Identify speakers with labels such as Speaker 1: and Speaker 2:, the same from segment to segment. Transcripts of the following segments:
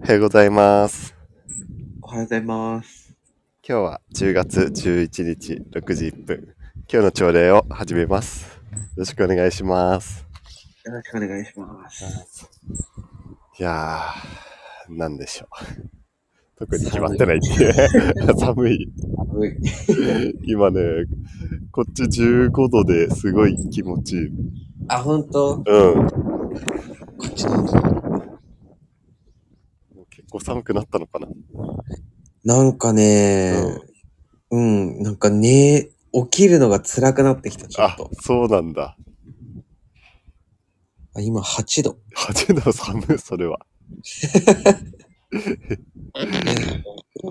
Speaker 1: おはようございます。
Speaker 2: おはようございます。
Speaker 1: 今日は10月11日6時1分。今日の朝礼を始めます。よろしくお願いします。
Speaker 2: よろしくお願いします。
Speaker 1: いやー、なんでしょう。特に決まってないっていうね。 寒い。
Speaker 2: 寒い。
Speaker 1: 今ね、こっち15度ですごい気持ちいい。
Speaker 2: あ、ほんと
Speaker 1: うん。
Speaker 2: こっちなんだ。
Speaker 1: 結構寒くなったのかな。
Speaker 2: なんかね、うん、なんかね、起きるのが辛くなってきた、ちょ
Speaker 1: あ
Speaker 2: っと。、
Speaker 1: そうなんだ。
Speaker 2: あ今8度。
Speaker 1: 8度寒い、それは。
Speaker 2: 全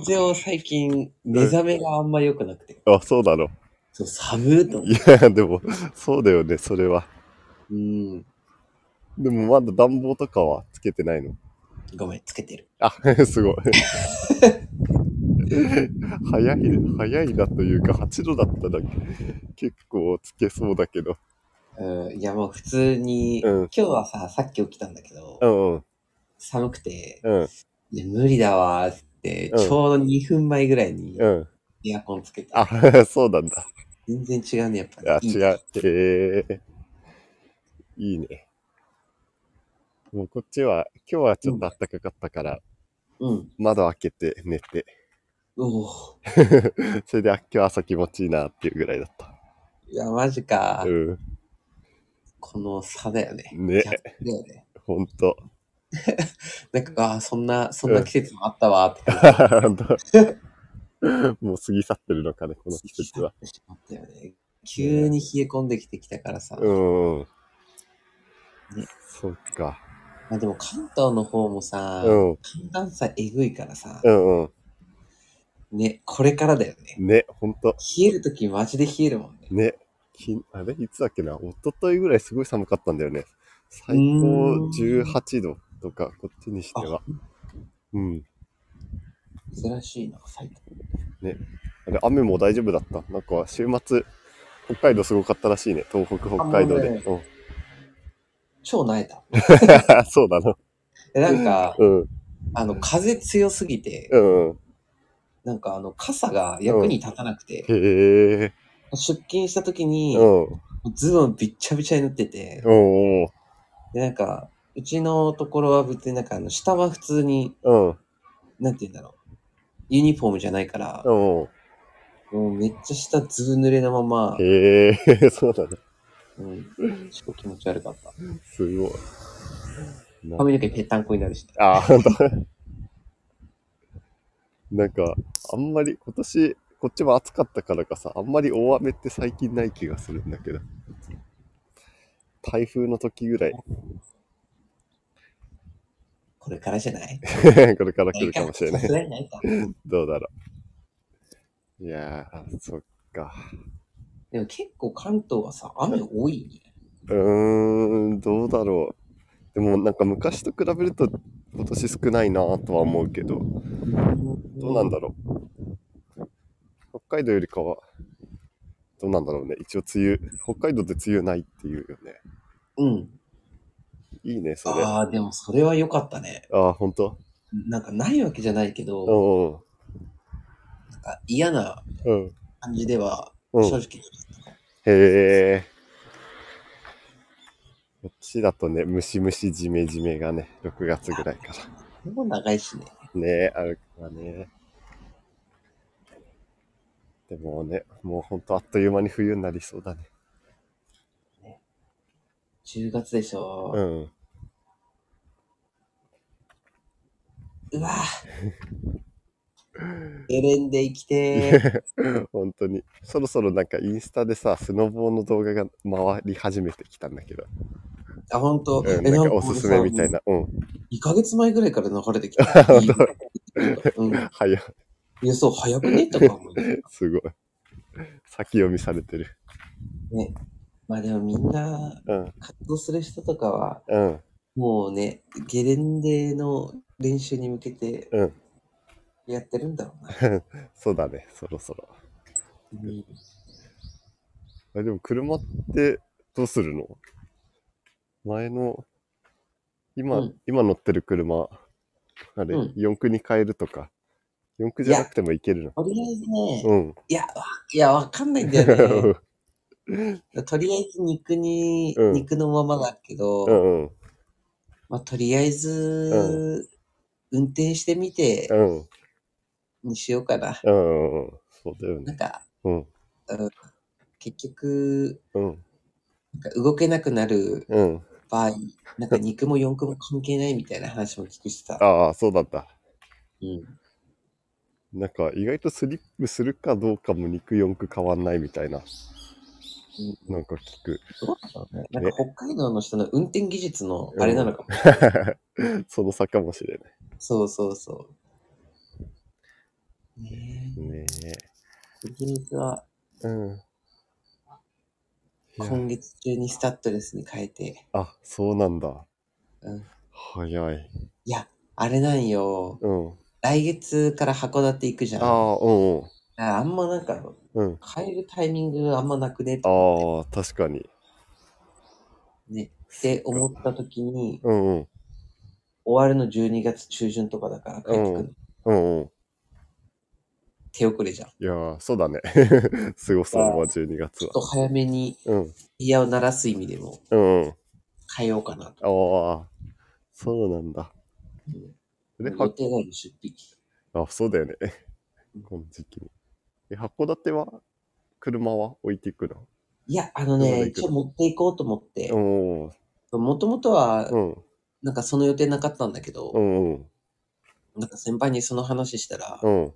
Speaker 2: 然最近、目覚めがあんま良くなくて。
Speaker 1: あ、そうなの。
Speaker 2: そう、寒いと思
Speaker 1: いや、でも、そうだよね、それは。
Speaker 2: う。うん。
Speaker 1: でもまだ暖房とかはつけてないの
Speaker 2: ごめん、つけてる。
Speaker 1: あ、 すごい。早い、早いなというか、8度だったら結構つけそうだけど。
Speaker 2: うん、いやもう普通に、
Speaker 1: うん
Speaker 2: 今日はさ、さっき起きたんだけど、
Speaker 1: うんうん。
Speaker 2: 寒くて、
Speaker 1: うん
Speaker 2: いや無理だわーって、
Speaker 1: うん
Speaker 2: ちょうど2分前ぐらいに
Speaker 1: うん。
Speaker 2: エアコンつけて、
Speaker 1: あ、 そうなんだ。
Speaker 2: 全然違うね、やっぱ
Speaker 1: あ、違う。へえ。いいね。もうこっちは、今日はちょっと暖かかったから、
Speaker 2: うん。
Speaker 1: 窓開けて寝て、
Speaker 2: おお。
Speaker 1: それであ今日朝気持ちいいなっていうぐらいだった。
Speaker 2: いや、マジか。
Speaker 1: うん。
Speaker 2: この差だよね。
Speaker 1: ね
Speaker 2: ギャップだよね。
Speaker 1: ほんと。
Speaker 2: なんか、ああー、そんな、そんな季節もあったわーって感
Speaker 1: もう過ぎ去ってるのかね、この
Speaker 2: じ。
Speaker 1: 季節は。
Speaker 2: してしまったよね。急に冷え込んできてきたからさ。
Speaker 1: うん。
Speaker 2: ね
Speaker 1: そっか。
Speaker 2: まあでも関東の方もさ、
Speaker 1: うん。
Speaker 2: 寒暖差えぐいからさ、
Speaker 1: うんうん。
Speaker 2: ね、これからだよね。
Speaker 1: ね、ほんと。
Speaker 2: 冷えるときマジで冷えるもんね。
Speaker 1: ね。きあれいつだっけな一昨日ぐらいすごい寒かったんだよね。最
Speaker 2: う
Speaker 1: 高
Speaker 2: ーん
Speaker 1: 18度とか、こっちにしては。うん。
Speaker 2: 珍しいな、最近。
Speaker 1: あれ、雨も大丈夫だった。なんか、週末、北海道すごかったらしいね。東北、北海道で。
Speaker 2: あも
Speaker 1: うん
Speaker 2: 超慣れた。
Speaker 1: そうなの。
Speaker 2: えなんか、
Speaker 1: うん。
Speaker 2: あの、風強すぎて、
Speaker 1: うんうん。
Speaker 2: なんかあの、傘が役に立たなく
Speaker 1: へ
Speaker 2: て、
Speaker 1: え。
Speaker 2: 出勤したときに、
Speaker 1: うん。
Speaker 2: ズボンびっちゃびちゃになってて、
Speaker 1: うん。
Speaker 2: で、なんか、うちのところは別になんか、あの、下は普通に、
Speaker 1: うん。
Speaker 2: なんて言うんだろう。ユニフォームじゃないから、
Speaker 1: うん。
Speaker 2: もうめっちゃ下ずぶ濡れのまま、
Speaker 1: へえ、 そうなんだ。
Speaker 2: うん、すごい気持ち悪かった。
Speaker 1: すごい。な
Speaker 2: 髪の毛ぺったんこになるし。
Speaker 1: あ、ほんと。 なんか、あんまり、今年、こっちも暑かったからかさ、あんまり大雨って最近ない気がするんだけど。台風の時ぐらい、
Speaker 2: これからじゃない
Speaker 1: これから来るかもしれな
Speaker 2: さ
Speaker 1: い
Speaker 2: す。がにないか。
Speaker 1: どうだろう。いやー、そっか。
Speaker 2: でも結構関東はさ、雨多いね。
Speaker 1: うーん、どうだろう。でもなんか昔と比べると今年少ないなとは思うけど、どうなんだろう。北海道よりかは、どうなんだろうね。一応梅雨、北海道で梅雨ないっていうよね。
Speaker 2: うん。
Speaker 1: いいね、それ。あ
Speaker 2: ああ、でもそれは良かったね。
Speaker 1: あ、ほんと
Speaker 2: なんかないわけじゃないけど、
Speaker 1: う
Speaker 2: なんか嫌なん
Speaker 1: うん。
Speaker 2: 感じでは、
Speaker 1: うん。う
Speaker 2: 正
Speaker 1: ん、へ
Speaker 2: 直、
Speaker 1: え。こっちだとね、ムシムシジメジメがね、6月ぐらいから。
Speaker 2: もう長いしね。
Speaker 1: ねえ、あるからね。でもね、もうほんとあっという間に冬になりそうだね。
Speaker 2: 10月でしょ。
Speaker 1: うん。
Speaker 2: うわ ぁゲレンデ行きてー。
Speaker 1: 本当に。そろそろなんかインスタでさ、スノボーの動画が回り始めてきたんだけど。
Speaker 2: あ、ほんと。
Speaker 1: うん、
Speaker 2: え
Speaker 1: なんかおすすめみたい。
Speaker 2: 俺さ
Speaker 1: な。うん。
Speaker 2: 2ヶ月前ぐらいから流れて きた。
Speaker 1: ほんと
Speaker 2: うん。い
Speaker 1: 早い。
Speaker 2: や、そう、早くねとか思う。
Speaker 1: すごい。先読みされてる。
Speaker 2: ね。まあでもみんな、
Speaker 1: うん。
Speaker 2: 活動する人とかは、
Speaker 1: うん。
Speaker 2: もうね、ゲレンデの練習に向けて
Speaker 1: うん、
Speaker 2: やってるんだろうな。
Speaker 1: そうだね、そろそろ。
Speaker 2: うん
Speaker 1: あでも車ってどうするの前の、今、
Speaker 2: うん
Speaker 1: 今乗ってる車、あれ、
Speaker 2: うん
Speaker 1: 四駆に変えるとか、四駆じゃなくてもいける
Speaker 2: とりあえずね、
Speaker 1: の。うん。
Speaker 2: いや、わいや、わかんないんだよ ね。とりあえず肉に、
Speaker 1: うん
Speaker 2: 肉のままだけど、
Speaker 1: うんうん。
Speaker 2: まあ、とりあえず、運転してみて
Speaker 1: うん
Speaker 2: にしようかな。
Speaker 1: うんうん。そうだよ
Speaker 2: なん
Speaker 1: ね。
Speaker 2: か、
Speaker 1: うん
Speaker 2: うん結局、
Speaker 1: うん
Speaker 2: なんか動けなくなる
Speaker 1: うん。
Speaker 2: 場合、なんか肉も四駆も関係ないみたいな話も聞くしさ。
Speaker 1: ああ、そうだった。
Speaker 2: うん
Speaker 1: なんか意外とスリップするかどうかも肉四駆変わんないみたいな、なんか聞く。
Speaker 2: どうなのねなんか北海道の人の運転技術のあれなのかも。
Speaker 1: その差かもしれない。
Speaker 2: そうそうそう。ねえ。
Speaker 1: ね
Speaker 2: とりあえずは
Speaker 1: え。うん。いや
Speaker 2: 今月中にスタッドレスに変えて。
Speaker 1: あ、そうなんだ。
Speaker 2: うん
Speaker 1: 早い。
Speaker 2: いや、あれなんよ。
Speaker 1: うん。
Speaker 2: 来月から函館行くじゃん。
Speaker 1: ああ、うんうん。
Speaker 2: ああんまなんか、
Speaker 1: うん。
Speaker 2: 変えるタイミングあんまなくねと思
Speaker 1: ああ、確かに。
Speaker 2: ってね。って思った時に、
Speaker 1: うんうん。
Speaker 2: 終わるの12月中旬とかだから帰ってくるの。
Speaker 1: うんうん。
Speaker 2: 手遅れじゃん。
Speaker 1: いやー、そうだね。 すごそう、まあ、12月
Speaker 2: ちょっ
Speaker 1: は。
Speaker 2: と早めに
Speaker 1: うん。
Speaker 2: イヤを鳴らす意味でも
Speaker 1: うんうん。
Speaker 2: 変えようかなと。
Speaker 1: ああ、そうなんだ。で、
Speaker 2: 予
Speaker 1: は、
Speaker 2: 定外の出費。
Speaker 1: あ、そうだよね。 この時期に。え、函館は車は置いていくの
Speaker 2: いや、あの
Speaker 1: まだ
Speaker 2: ね、
Speaker 1: 行く
Speaker 2: 一応持っていこうと思って、
Speaker 1: おー
Speaker 2: もともとは
Speaker 1: う、ん。
Speaker 2: なんかその予定なかったんだけど、
Speaker 1: うんうん。
Speaker 2: なんか先輩にその話したら、
Speaker 1: うん。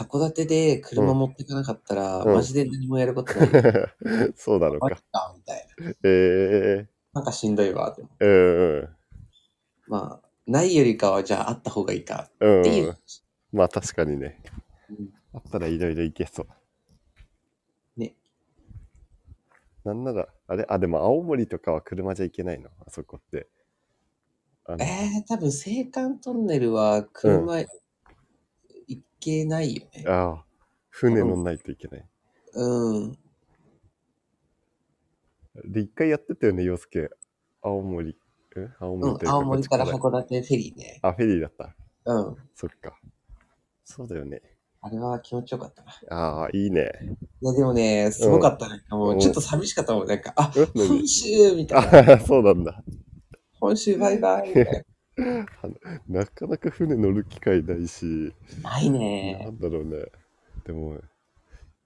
Speaker 2: 函館で車持ってかなかったら、
Speaker 1: うん
Speaker 2: マジで何もやることない。
Speaker 1: そうなの
Speaker 2: マジ
Speaker 1: か。
Speaker 2: か、みたいな。
Speaker 1: え
Speaker 2: なんかしんどいわ、って思
Speaker 1: えー。
Speaker 2: う。まあ、ないよりかは、じゃああった方がいいか、
Speaker 1: うん。。。
Speaker 2: っていううん
Speaker 1: まあ確かにね。
Speaker 2: うん
Speaker 1: あったらいろいろいけそう。
Speaker 2: ね。
Speaker 1: なんなら、あれあ、でも青森とかは車じゃいけないのあそこって。あの
Speaker 2: えー、多分青函トンネルは車、行けないよね。
Speaker 1: ああ、船乗んないといけない。
Speaker 2: うん。
Speaker 1: で、一回やってたよね、洋介。青森。え青
Speaker 2: う
Speaker 1: 森
Speaker 2: ん
Speaker 1: という、か
Speaker 2: 青森から
Speaker 1: こっち
Speaker 2: 函館フェリーね。
Speaker 1: あ、フェリーだった。
Speaker 2: うん。
Speaker 1: そっか。そうだよね。
Speaker 2: あれは気持ちよかったな。い
Speaker 1: ああ、いいね。
Speaker 2: や、でもね、すごかったね。も
Speaker 1: うん
Speaker 2: うちょっと寂しかったもん。なんか、あ、
Speaker 1: え何
Speaker 2: 本州みたいな。
Speaker 1: あ そうなんだ。
Speaker 2: 本州バイバイみたい
Speaker 1: なかなか船乗る機会ないし、
Speaker 2: な。ない
Speaker 1: な
Speaker 2: ね。
Speaker 1: んだろうね。でも、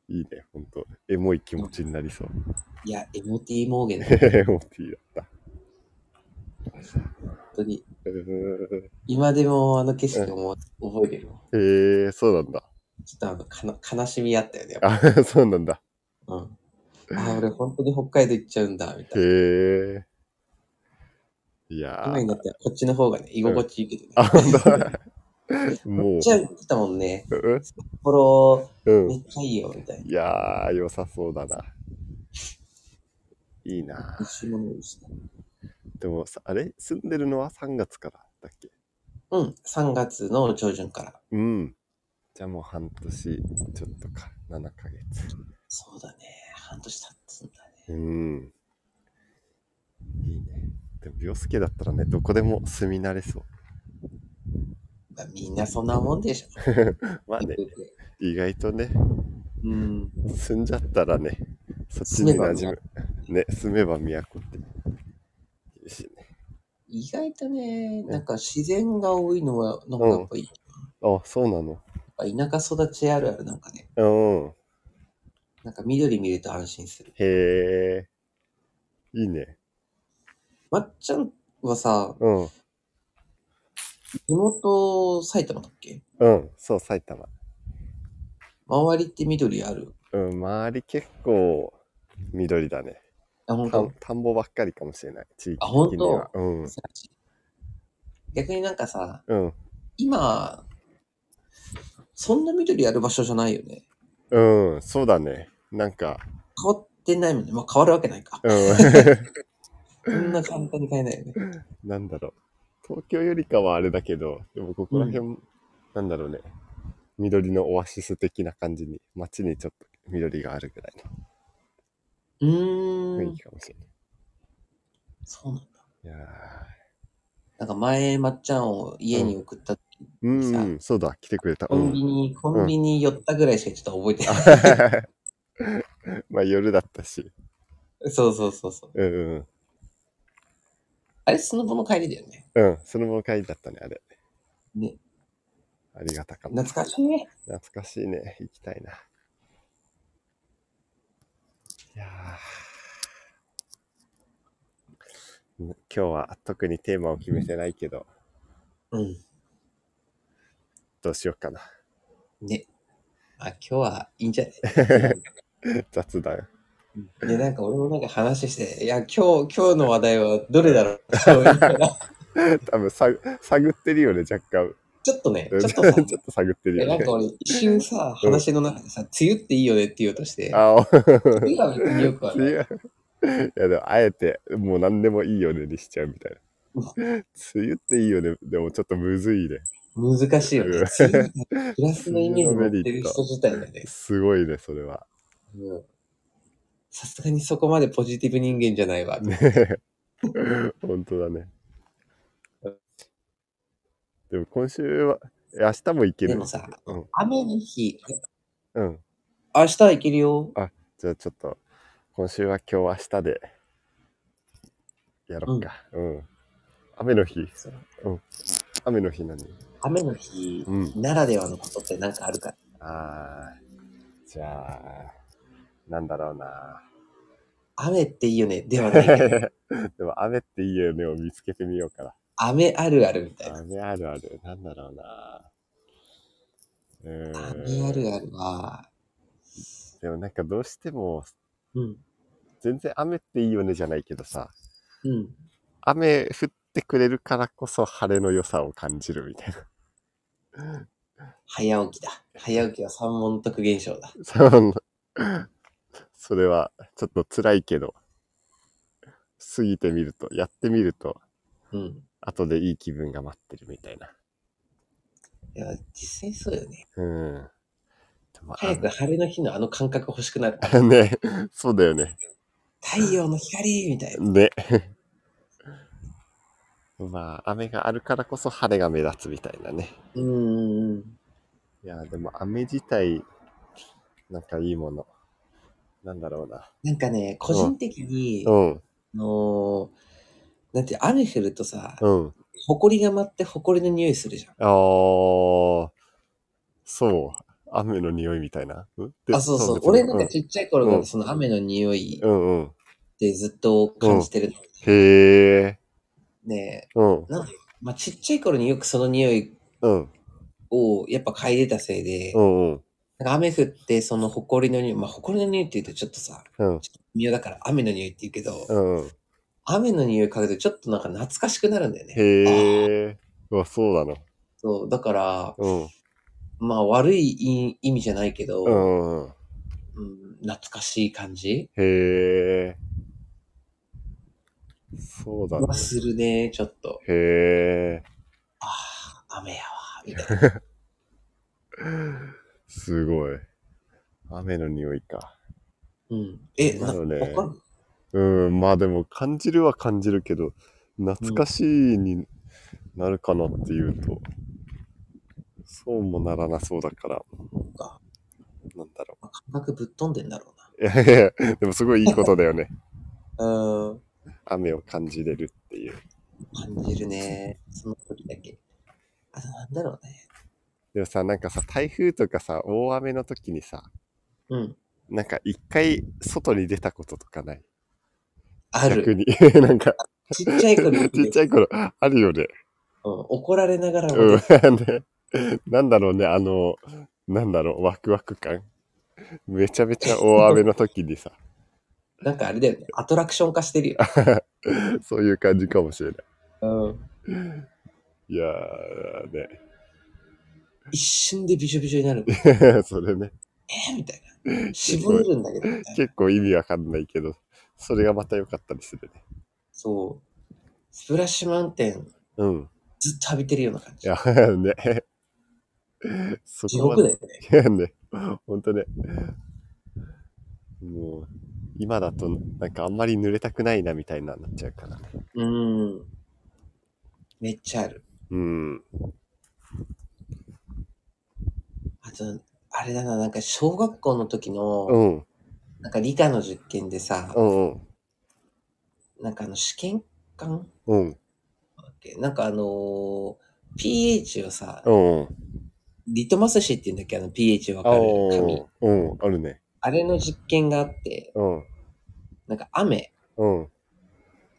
Speaker 1: いいね、ほんと。エモい気持ちになりそう。
Speaker 2: いや、MT モーゲン、本
Speaker 1: エモティーだった。
Speaker 2: 当に。
Speaker 1: えー
Speaker 2: 今でもあの景色をもう覚えてるもん。
Speaker 1: えー、そうなんだ。
Speaker 2: ちょっとあのかな、悲しみあったよね。
Speaker 1: あそうなんだ。
Speaker 2: うん。あ、俺本当に北海道行っちゃうんだ、みた
Speaker 1: へ
Speaker 2: いな。
Speaker 1: え。いや
Speaker 2: 今に
Speaker 1: ー。
Speaker 2: なってはこっちの方がね、居心地いいけどね。
Speaker 1: あ、ほん とも
Speaker 2: こっちは行ってたもんね。
Speaker 1: う。
Speaker 2: 札幌、
Speaker 1: うん
Speaker 2: め。っちゃいいよ、みたいな。
Speaker 1: いやー、良さそうだな。いいな
Speaker 2: 美。味しいものもいいしね
Speaker 1: でもさ、あれ住んでるのは3月からだっけ
Speaker 2: うん、3月の上旬から。
Speaker 1: うん。じゃあもう半年ちょっとか、7ヶ月。
Speaker 2: そうだね。半年経つんだね。
Speaker 1: うん。いいね。でも、洋介だったらね、どこでも住み慣れそう。
Speaker 2: まあみんなそんなもんでしょ。
Speaker 1: まあね、意外とね、
Speaker 2: うん。
Speaker 1: 住んじゃったらね、そっちに馴染む。ね、住めば都って。いいしね。
Speaker 2: 意外とね、なんか自然が多いのは、なんかやっぱり、
Speaker 1: あ、そうなの。
Speaker 2: やっぱ田舎育ちあるあるなんかね、
Speaker 1: うん。
Speaker 2: なんか緑見ると安心する。
Speaker 1: へえ。いいね。
Speaker 2: まっちゃんはさ、
Speaker 1: うん。
Speaker 2: 地元埼玉だっけ
Speaker 1: うん。そう、埼玉。
Speaker 2: 周りって緑ある
Speaker 1: うん、周り結構緑だね。
Speaker 2: あ、本
Speaker 1: 田ん
Speaker 2: 当
Speaker 1: 田んぼばっかりかもしれない。地
Speaker 2: あほ
Speaker 1: 域
Speaker 2: ん
Speaker 1: 的には
Speaker 2: と。
Speaker 1: うん。
Speaker 2: 逆になんかさ、
Speaker 1: うん。
Speaker 2: 今、そんな緑ある場所じゃないよね。
Speaker 1: うん、そうだね。なんか、
Speaker 2: 変わってないもんね。まあ変わるわけないか。
Speaker 1: うん。
Speaker 2: そんな簡単に変えないよね。
Speaker 1: なんだろう。東京よりかはあれだけど、でもここら辺、なんだろうね。緑のオアシス的な感じに、街にちょっと緑があるぐらいうの
Speaker 2: ー
Speaker 1: 雰
Speaker 2: ん
Speaker 1: 囲気。かもしれ
Speaker 2: そうなんだ。
Speaker 1: ない。いや
Speaker 2: なんか前、まっちゃんを家に送った時
Speaker 1: うん、うん、そうだ、来てくれた。
Speaker 2: コ
Speaker 1: う
Speaker 2: ン
Speaker 1: ん
Speaker 2: ビニ、コンビニ寄ったぐらいしかちょっと覚えてない。
Speaker 1: まあ夜だったし。
Speaker 2: そうそうそうそう。
Speaker 1: うんうん
Speaker 2: あれ、スノボの帰りだよね。
Speaker 1: うん。うん、その場会だったね、あれ。
Speaker 2: ね。
Speaker 1: ありがたかった。
Speaker 2: 懐かしいね。
Speaker 1: 懐かしいね。行きたいな。いやーん今日は特にテーマを決めてないけど、
Speaker 2: うん。
Speaker 1: どうしようかな。
Speaker 2: ね。あ、今日はいいんじゃない
Speaker 1: 雑談。
Speaker 2: で、なんか俺もなんか話して、いや、今日、今日の話題はどれだろうそう言った ら
Speaker 1: 多分さ探ってるよね、若干。
Speaker 2: ちょっとね、ち
Speaker 1: うん
Speaker 2: ょ
Speaker 1: ち
Speaker 2: っとさ
Speaker 1: ょっと探ってる
Speaker 2: え
Speaker 1: よ
Speaker 2: なん
Speaker 1: ね
Speaker 2: か。俺、一瞬さ、話の中でさ、梅雨っていいよねって言おうとして、
Speaker 1: あお
Speaker 2: 梅雨は別によくはない。
Speaker 1: いや、いやでもあえて、もう何でもいいよねにしちゃうみたいな。 梅雨っていいよね、でもちょっとむずいね。
Speaker 2: 難しいよね。梅雨はプラスのイメージ持ってる人自体がね、
Speaker 1: すごいね、それ は。
Speaker 2: うんさすがにそこまでポジティブ人間じゃないわ。
Speaker 1: ね本当だね。でも今週は、え明日も行け
Speaker 2: で
Speaker 1: る
Speaker 2: も。さ、
Speaker 1: うん
Speaker 2: 雨の日、
Speaker 1: うん。
Speaker 2: 明日は行けるよ。
Speaker 1: じゃあちょっと、今週は今日明日で、やろうか。うん。雨の日、
Speaker 2: そう
Speaker 1: 雨の日何
Speaker 2: 雨の日
Speaker 1: うん。
Speaker 2: ならではのことってなんかあるか
Speaker 1: ああ、じゃあ、なんだろうな。
Speaker 2: 雨っていいよね、ではないけど
Speaker 1: でも雨っていいよねを見つけてみようかな。
Speaker 2: 雨あるあるみたいな。
Speaker 1: 雨あるある。なんだろうな。うーん。
Speaker 2: 雨あるあるは、
Speaker 1: でもなんかどうしても、
Speaker 2: うん、
Speaker 1: 全然雨っていいよねじゃないけどさ、
Speaker 2: うん。
Speaker 1: 雨降ってくれるからこそ晴れの良さを感じるみたいな。
Speaker 2: 早起きだ。早起きは三問得現象だ。
Speaker 1: そうそれはちょっと辛いけど、過ぎてみると、やってみると、
Speaker 2: うん。
Speaker 1: 後でいい気分が待ってるみたいな。
Speaker 2: いや、実際そうよね。
Speaker 1: うん。でも
Speaker 2: 早く晴れの日のあの感覚欲しくなる。
Speaker 1: あね、 そうだよね。
Speaker 2: 太陽の光みたいな。
Speaker 1: ね。 まあ、雨があるからこそ晴れが目立つみたいなね。
Speaker 2: うーん。
Speaker 1: いや、でも雨自体、なんかいいもの。なんだろうな。
Speaker 2: なんかね、個人的に、あ
Speaker 1: うん、
Speaker 2: のー、なんていう雨降るとさ、
Speaker 1: うん。
Speaker 2: 埃が舞って埃の匂いするじゃん。
Speaker 1: あー、そう。雨の匂いみたいな。んで
Speaker 2: あ、そうそう。
Speaker 1: 別に
Speaker 2: 俺なんかちっちゃい頃か
Speaker 1: う
Speaker 2: ら
Speaker 1: ん
Speaker 2: その雨の匂い
Speaker 1: うん、うん、うん。
Speaker 2: ってずっと感じてる。
Speaker 1: へえ。
Speaker 2: ね
Speaker 1: うん、
Speaker 2: なんまあ、ちっちゃい頃によくその匂い
Speaker 1: うん、
Speaker 2: をやっぱ嗅いでたせいで、
Speaker 1: うん、うん。
Speaker 2: なんか雨降ってその埃の匂い、まあ埃の匂いって言うとちょっとさ、
Speaker 1: うん、
Speaker 2: 微妙だから雨の匂いって言うけど、
Speaker 1: うんうん。
Speaker 2: 雨の匂い嗅ぐとちょっとなんか懐かしくなるんだよね。
Speaker 1: へえ。うわ、そうなの。
Speaker 2: そう、だから、
Speaker 1: うん、
Speaker 2: まあ悪い意意味じゃないけど、
Speaker 1: う
Speaker 2: うん
Speaker 1: ん、うん。
Speaker 2: 懐かしい感じ
Speaker 1: へえ。そうだね
Speaker 2: は。するね、ちょっと。
Speaker 1: へえ。
Speaker 2: ああ、雨やわ、みたい な。
Speaker 1: すごい。雨の匂いか。
Speaker 2: うん。え、な、
Speaker 1: なるね
Speaker 2: わかる
Speaker 1: うん、まあでも感じるは感じるけど、懐かしいになるかなっていうと、そうもならなそうだから、
Speaker 2: のか。
Speaker 1: なんだろ
Speaker 2: まあ感覚ぶっ飛んでんだろ
Speaker 1: う。い やいや、でもすごいいいことだよね。
Speaker 2: うな。うん。
Speaker 1: 雨を感じれるっていう。
Speaker 2: 感じるね。その時だけ。あとなんだろうね。
Speaker 1: でもさ、なんかさ、台風とかさ、大雨の時にさ、
Speaker 2: うん。
Speaker 1: なんか一回外に出たこととかない
Speaker 2: あ
Speaker 1: 逆
Speaker 2: る。
Speaker 1: に。 なんか、
Speaker 2: ちっちゃい頃 に、
Speaker 1: ちっちゃい頃、あるよね。
Speaker 2: うん、怒られながら も、
Speaker 1: うん。ねなんだろうね、あの、なんだろう、ワクワク感。めちゃめちゃ大雨の時にさ、
Speaker 2: なんかあれだよね。アトラクション化してるよ。
Speaker 1: そういう感じかもしれない。
Speaker 2: うん、
Speaker 1: いや
Speaker 2: 一瞬でびしょびしょ になる。え
Speaker 1: ーね、それね、
Speaker 2: ー、みたいな。しぼれるんだけど、みたいな。
Speaker 1: 結構意味わかんないけど、それがまた良かったりするね。
Speaker 2: そう。スプラッシュマウンテン、
Speaker 1: うん。
Speaker 2: ずっと浴びてるような感
Speaker 1: い
Speaker 2: じ
Speaker 1: や。ーね。そ
Speaker 2: 地
Speaker 1: こま
Speaker 2: 獄だ
Speaker 1: で。
Speaker 2: よね。
Speaker 1: いやね、ほんとね。もう、今だと、なんかあんまり濡れたくないなみたいななっちゃうからね。
Speaker 2: うん。めっちゃある。
Speaker 1: うん。
Speaker 2: そのあれだな、なんか小学校の時
Speaker 1: う
Speaker 2: の、
Speaker 1: ん。
Speaker 2: なんか理科の実験でさ
Speaker 1: う、んうん。
Speaker 2: なんかあの試験管
Speaker 1: うん。
Speaker 2: だっけなんかあのー pH をさ、
Speaker 1: うん。
Speaker 2: リトマス紙っていうんだっけあの pH わ
Speaker 1: あ
Speaker 2: か
Speaker 1: あ
Speaker 2: る紙。。
Speaker 1: うん。あるね。
Speaker 2: あれの実験があって、
Speaker 1: うん。
Speaker 2: なんか雨
Speaker 1: うん。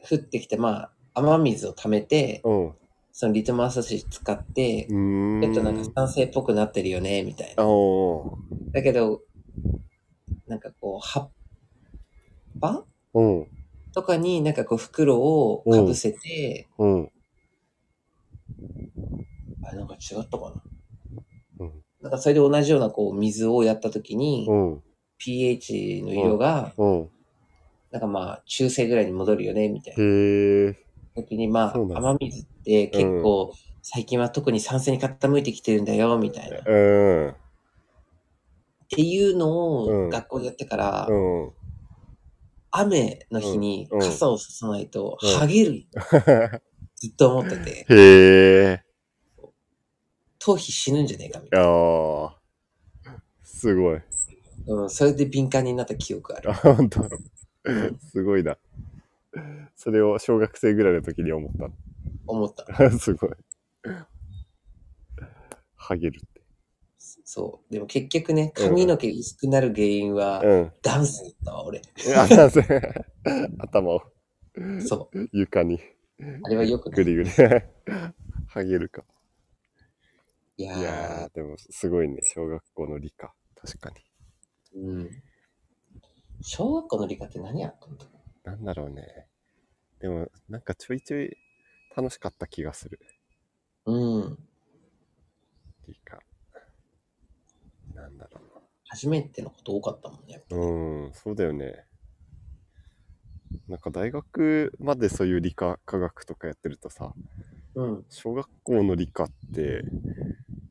Speaker 2: 降ってきて、まあ、雨水を溜めて、
Speaker 1: うん。う
Speaker 2: そのリトマス紙使って、
Speaker 1: ーん。
Speaker 2: ちょっとなんか酸性っぽくなってるよね、みたい
Speaker 1: ああ。
Speaker 2: な。だけど、なんかこう、葉っぱ
Speaker 1: うん。
Speaker 2: とかになんかこう袋をかぶせて、
Speaker 1: うん。
Speaker 2: あれなんか違ったかな、
Speaker 1: うん
Speaker 2: なんかそれで同じようなこう水をやった時に、
Speaker 1: うん。
Speaker 2: pH の色が、
Speaker 1: うん。
Speaker 2: なんかまあ中性ぐらいに戻るよね、みたいな
Speaker 1: へえ。
Speaker 2: 時に、まあ
Speaker 1: そうなんだ
Speaker 2: 雨水って結構最近は特に酸性に傾いてきてるんだよ、みたいな。っ
Speaker 1: うん。
Speaker 2: ていう
Speaker 1: う
Speaker 2: のを
Speaker 1: ん
Speaker 2: 学校でやってから、
Speaker 1: うん。
Speaker 2: 雨の日に
Speaker 1: うん
Speaker 2: 傘をささないと、
Speaker 1: うん
Speaker 2: ハ ゲる、ずっと思ってて、
Speaker 1: へえ。
Speaker 2: 頭皮死ぬんじゃねえか、みたいな。
Speaker 1: ああ。すごい。
Speaker 2: うん、それで敏感になった記憶ある
Speaker 1: あ、。ほんと。すごいな。それを小学生ぐらいの時に思っ
Speaker 2: 思った。
Speaker 1: た。 すごい。ハゲるって。
Speaker 2: そう。でも結局ね、髪の毛薄くなる原因は、
Speaker 1: うん。
Speaker 2: ダンスだったわ、俺。
Speaker 1: あなんせ頭を
Speaker 2: そう。
Speaker 1: 床に
Speaker 2: あれはよくな
Speaker 1: ぐ
Speaker 2: い。
Speaker 1: りぐり。 ハゲるか。
Speaker 2: いや
Speaker 1: い
Speaker 2: ー
Speaker 1: やー、でもすごいね。小学校の理科。確かに。
Speaker 2: うん。小学校の理科って何やったんだ
Speaker 1: なんだろうね。でも、なんかちょいちょい楽しかった気がする。
Speaker 2: うん。
Speaker 1: 理科。なんだろうな。
Speaker 2: 初めてのこと多かったもんね。
Speaker 1: うん、そうだよね。なんか大学までそういう理科科学とかやってるとさ、
Speaker 2: うん。
Speaker 1: 小学校の理科って、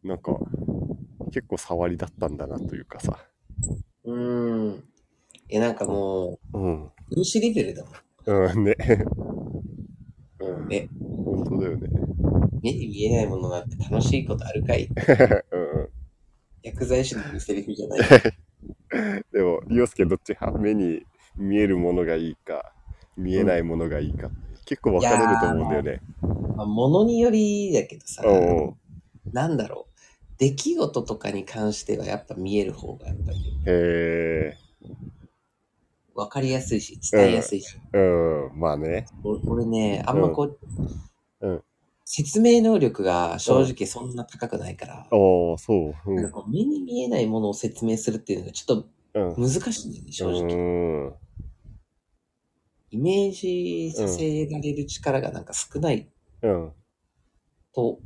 Speaker 1: なんか結構触りだったんだなというかさ。
Speaker 2: うん。いや、なんかも
Speaker 1: うん。
Speaker 2: う、分子レベルだもん。
Speaker 1: うん、ね。
Speaker 2: うん、ね、
Speaker 1: 本当だよね。
Speaker 2: 目に見えないものなんて楽しいことあるかい
Speaker 1: うん
Speaker 2: 薬剤師の言うセリフじゃない。
Speaker 1: うん。でも、洋介どっち派目に見えるものがいいか、見えないものがいいか、結構分かれると思うんだよね。
Speaker 2: まあ、ものによりだけどさ、
Speaker 1: うんうん。
Speaker 2: なんだろう。出来事とかに関してはやっぱ見える方がやっぱり
Speaker 1: へ
Speaker 2: 分かりやすいし、伝えやすいし。
Speaker 1: え。うん、まあね。
Speaker 2: 俺俺ね、あんまこう、
Speaker 1: うん
Speaker 2: 説明能力が正直そんな高くないから、
Speaker 1: ああ、そう。う
Speaker 2: なん
Speaker 1: ん。
Speaker 2: かこう目に見えないものを説明するっていうのがちょっ
Speaker 1: うん
Speaker 2: と。難しいんだよね、正直。
Speaker 1: うん。
Speaker 2: イメージさせられる力がなんか少ない
Speaker 1: うん。
Speaker 2: と、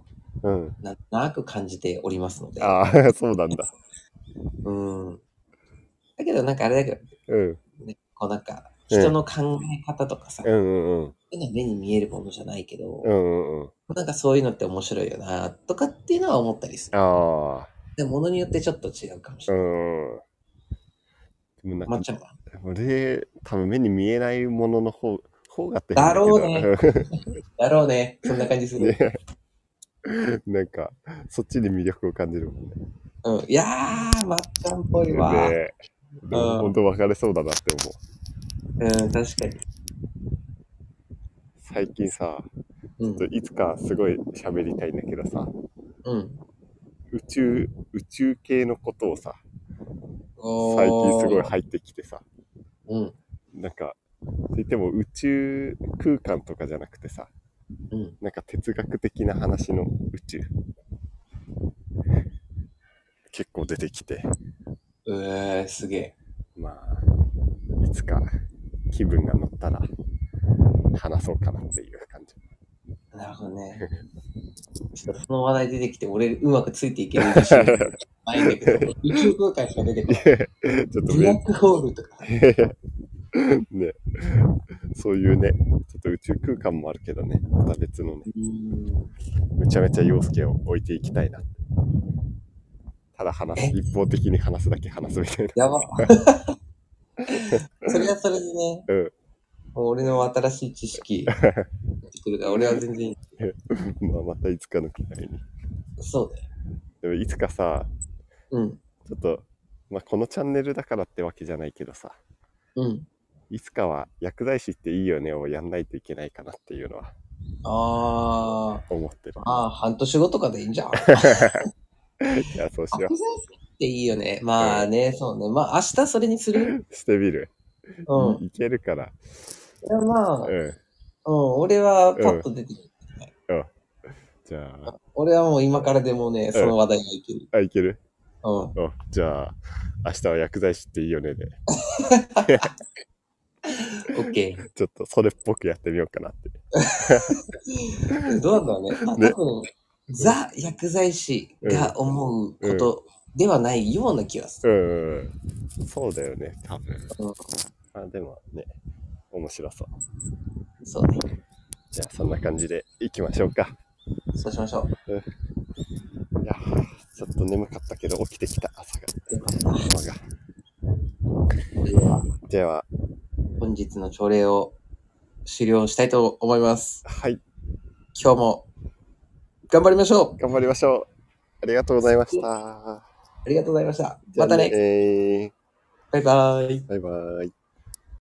Speaker 1: うん。
Speaker 2: なんとなく感じておりますので。
Speaker 1: ああ、 そうなんだ。
Speaker 2: うん。だけどなんかあれだけ
Speaker 1: うん。
Speaker 2: ど、ね、こうなんか、
Speaker 1: うん
Speaker 2: 人の考え方とかさ、
Speaker 1: うんうん
Speaker 2: そういうのは目に見えるものじゃないけど、
Speaker 1: うん。うんうんうん。
Speaker 2: なんかそういうのって面白いよな、とかっていうのは思ったりする。
Speaker 1: ああ。
Speaker 2: でものによってちょっと違うかもし
Speaker 1: う
Speaker 2: れない。
Speaker 1: ん。でもなん
Speaker 2: まっ
Speaker 1: か
Speaker 2: ちゃんは
Speaker 1: 俺、多分目に見えないものの方方がって変けど
Speaker 2: だろうね。だろうね。そんな感じする。
Speaker 1: ねなんか、そっちに魅力を感じるもんね。
Speaker 2: うん。いやー、まっちゃんっぽいわ。
Speaker 1: ねで
Speaker 2: うん
Speaker 1: も本当分かれそうだなって思う。
Speaker 2: うん、確かに。
Speaker 1: 最近さ、
Speaker 2: う
Speaker 1: ちょっ
Speaker 2: ん。
Speaker 1: といつかすごい喋りたいんだけどさ、
Speaker 2: うん。
Speaker 1: 宇宙、宇宙系のことをさ、
Speaker 2: おー
Speaker 1: 最近すごい。入ってきてさ、
Speaker 2: うん。
Speaker 1: なんか、といっても宇宙空間とかじゃなくてさ、
Speaker 2: うん。
Speaker 1: なんか哲学的な話の宇宙。結構出てきて、
Speaker 2: うえー、すげえ。
Speaker 1: まあ、いつか気分が乗ったら話そうかなっていう感じ。
Speaker 2: なるほどね。ちょっとその話題出てきて、俺、うまくついていける自信がないんだけ ど、宇宙空間しか出てこない。
Speaker 1: ちょっと
Speaker 2: ブラ
Speaker 1: ね
Speaker 2: ッ、クホールとか。
Speaker 1: ね、そういうね、ちょっと宇宙空間もあるけどね、また別のね、
Speaker 2: うん。
Speaker 1: めちゃめちゃ洋介を置いていきたいな。ただ話す、
Speaker 2: え
Speaker 1: 一方的に話すだけ話すみたいな。
Speaker 2: やば。それはそれでね、
Speaker 1: うん
Speaker 2: もう俺の新しい知 識、出てくるから、俺は全然、
Speaker 1: まあまたいつかの機会に。
Speaker 2: そうだよ。
Speaker 1: でもいつかさ、
Speaker 2: うん。
Speaker 1: ちょっと、まあ、このチャンネルだからってわけじゃないけどさ、
Speaker 2: うん。
Speaker 1: いつかは薬剤師っていいよねをやんないといけないかなっていうのは
Speaker 2: ああ。
Speaker 1: 思ってる。
Speaker 2: ああ、半年後とかでいいんじゃん。
Speaker 1: いや、そうしよ
Speaker 2: 薬剤師っていいよね。まあね、そうね。まあ明日それにする
Speaker 1: う。してみる。
Speaker 2: うん。
Speaker 1: いいけるから。
Speaker 2: いやまあ、うん、
Speaker 1: うん。
Speaker 2: 俺はパッと出てくる。
Speaker 1: じゃあ、
Speaker 2: 俺はもう今からでもね、その話題がいける。
Speaker 1: あ、いける
Speaker 2: う
Speaker 1: う
Speaker 2: ん。
Speaker 1: ん。じゃあ、明日は薬剤師っていいよねで、
Speaker 2: オッケ
Speaker 1: ちょっとそれっぽくやってみようかなって。
Speaker 2: ー。どうなんだろうね。まあ、
Speaker 1: ね
Speaker 2: 多分、ザ薬剤師が思うことではないような気がする。
Speaker 1: うんうんうん。そうだよね、多分。
Speaker 2: うん
Speaker 1: あ、でもね、面白そう。
Speaker 2: そうね。
Speaker 1: じゃあ、そんな感じでいきましょうか。
Speaker 2: そうしましょう。
Speaker 1: いや、ちょっと眠かったけど、起きてきた、朝が。
Speaker 2: よかった。
Speaker 1: 頭が。
Speaker 2: それでは、
Speaker 1: では、
Speaker 2: 本日の朝礼を終了したいと思います。
Speaker 1: はい、
Speaker 2: 今日も頑張りましょう
Speaker 1: 頑張りましょう。ありがとうございました。
Speaker 2: ありがとうございました。またね。
Speaker 1: じゃあね
Speaker 2: バイバイ。
Speaker 1: バイバイ。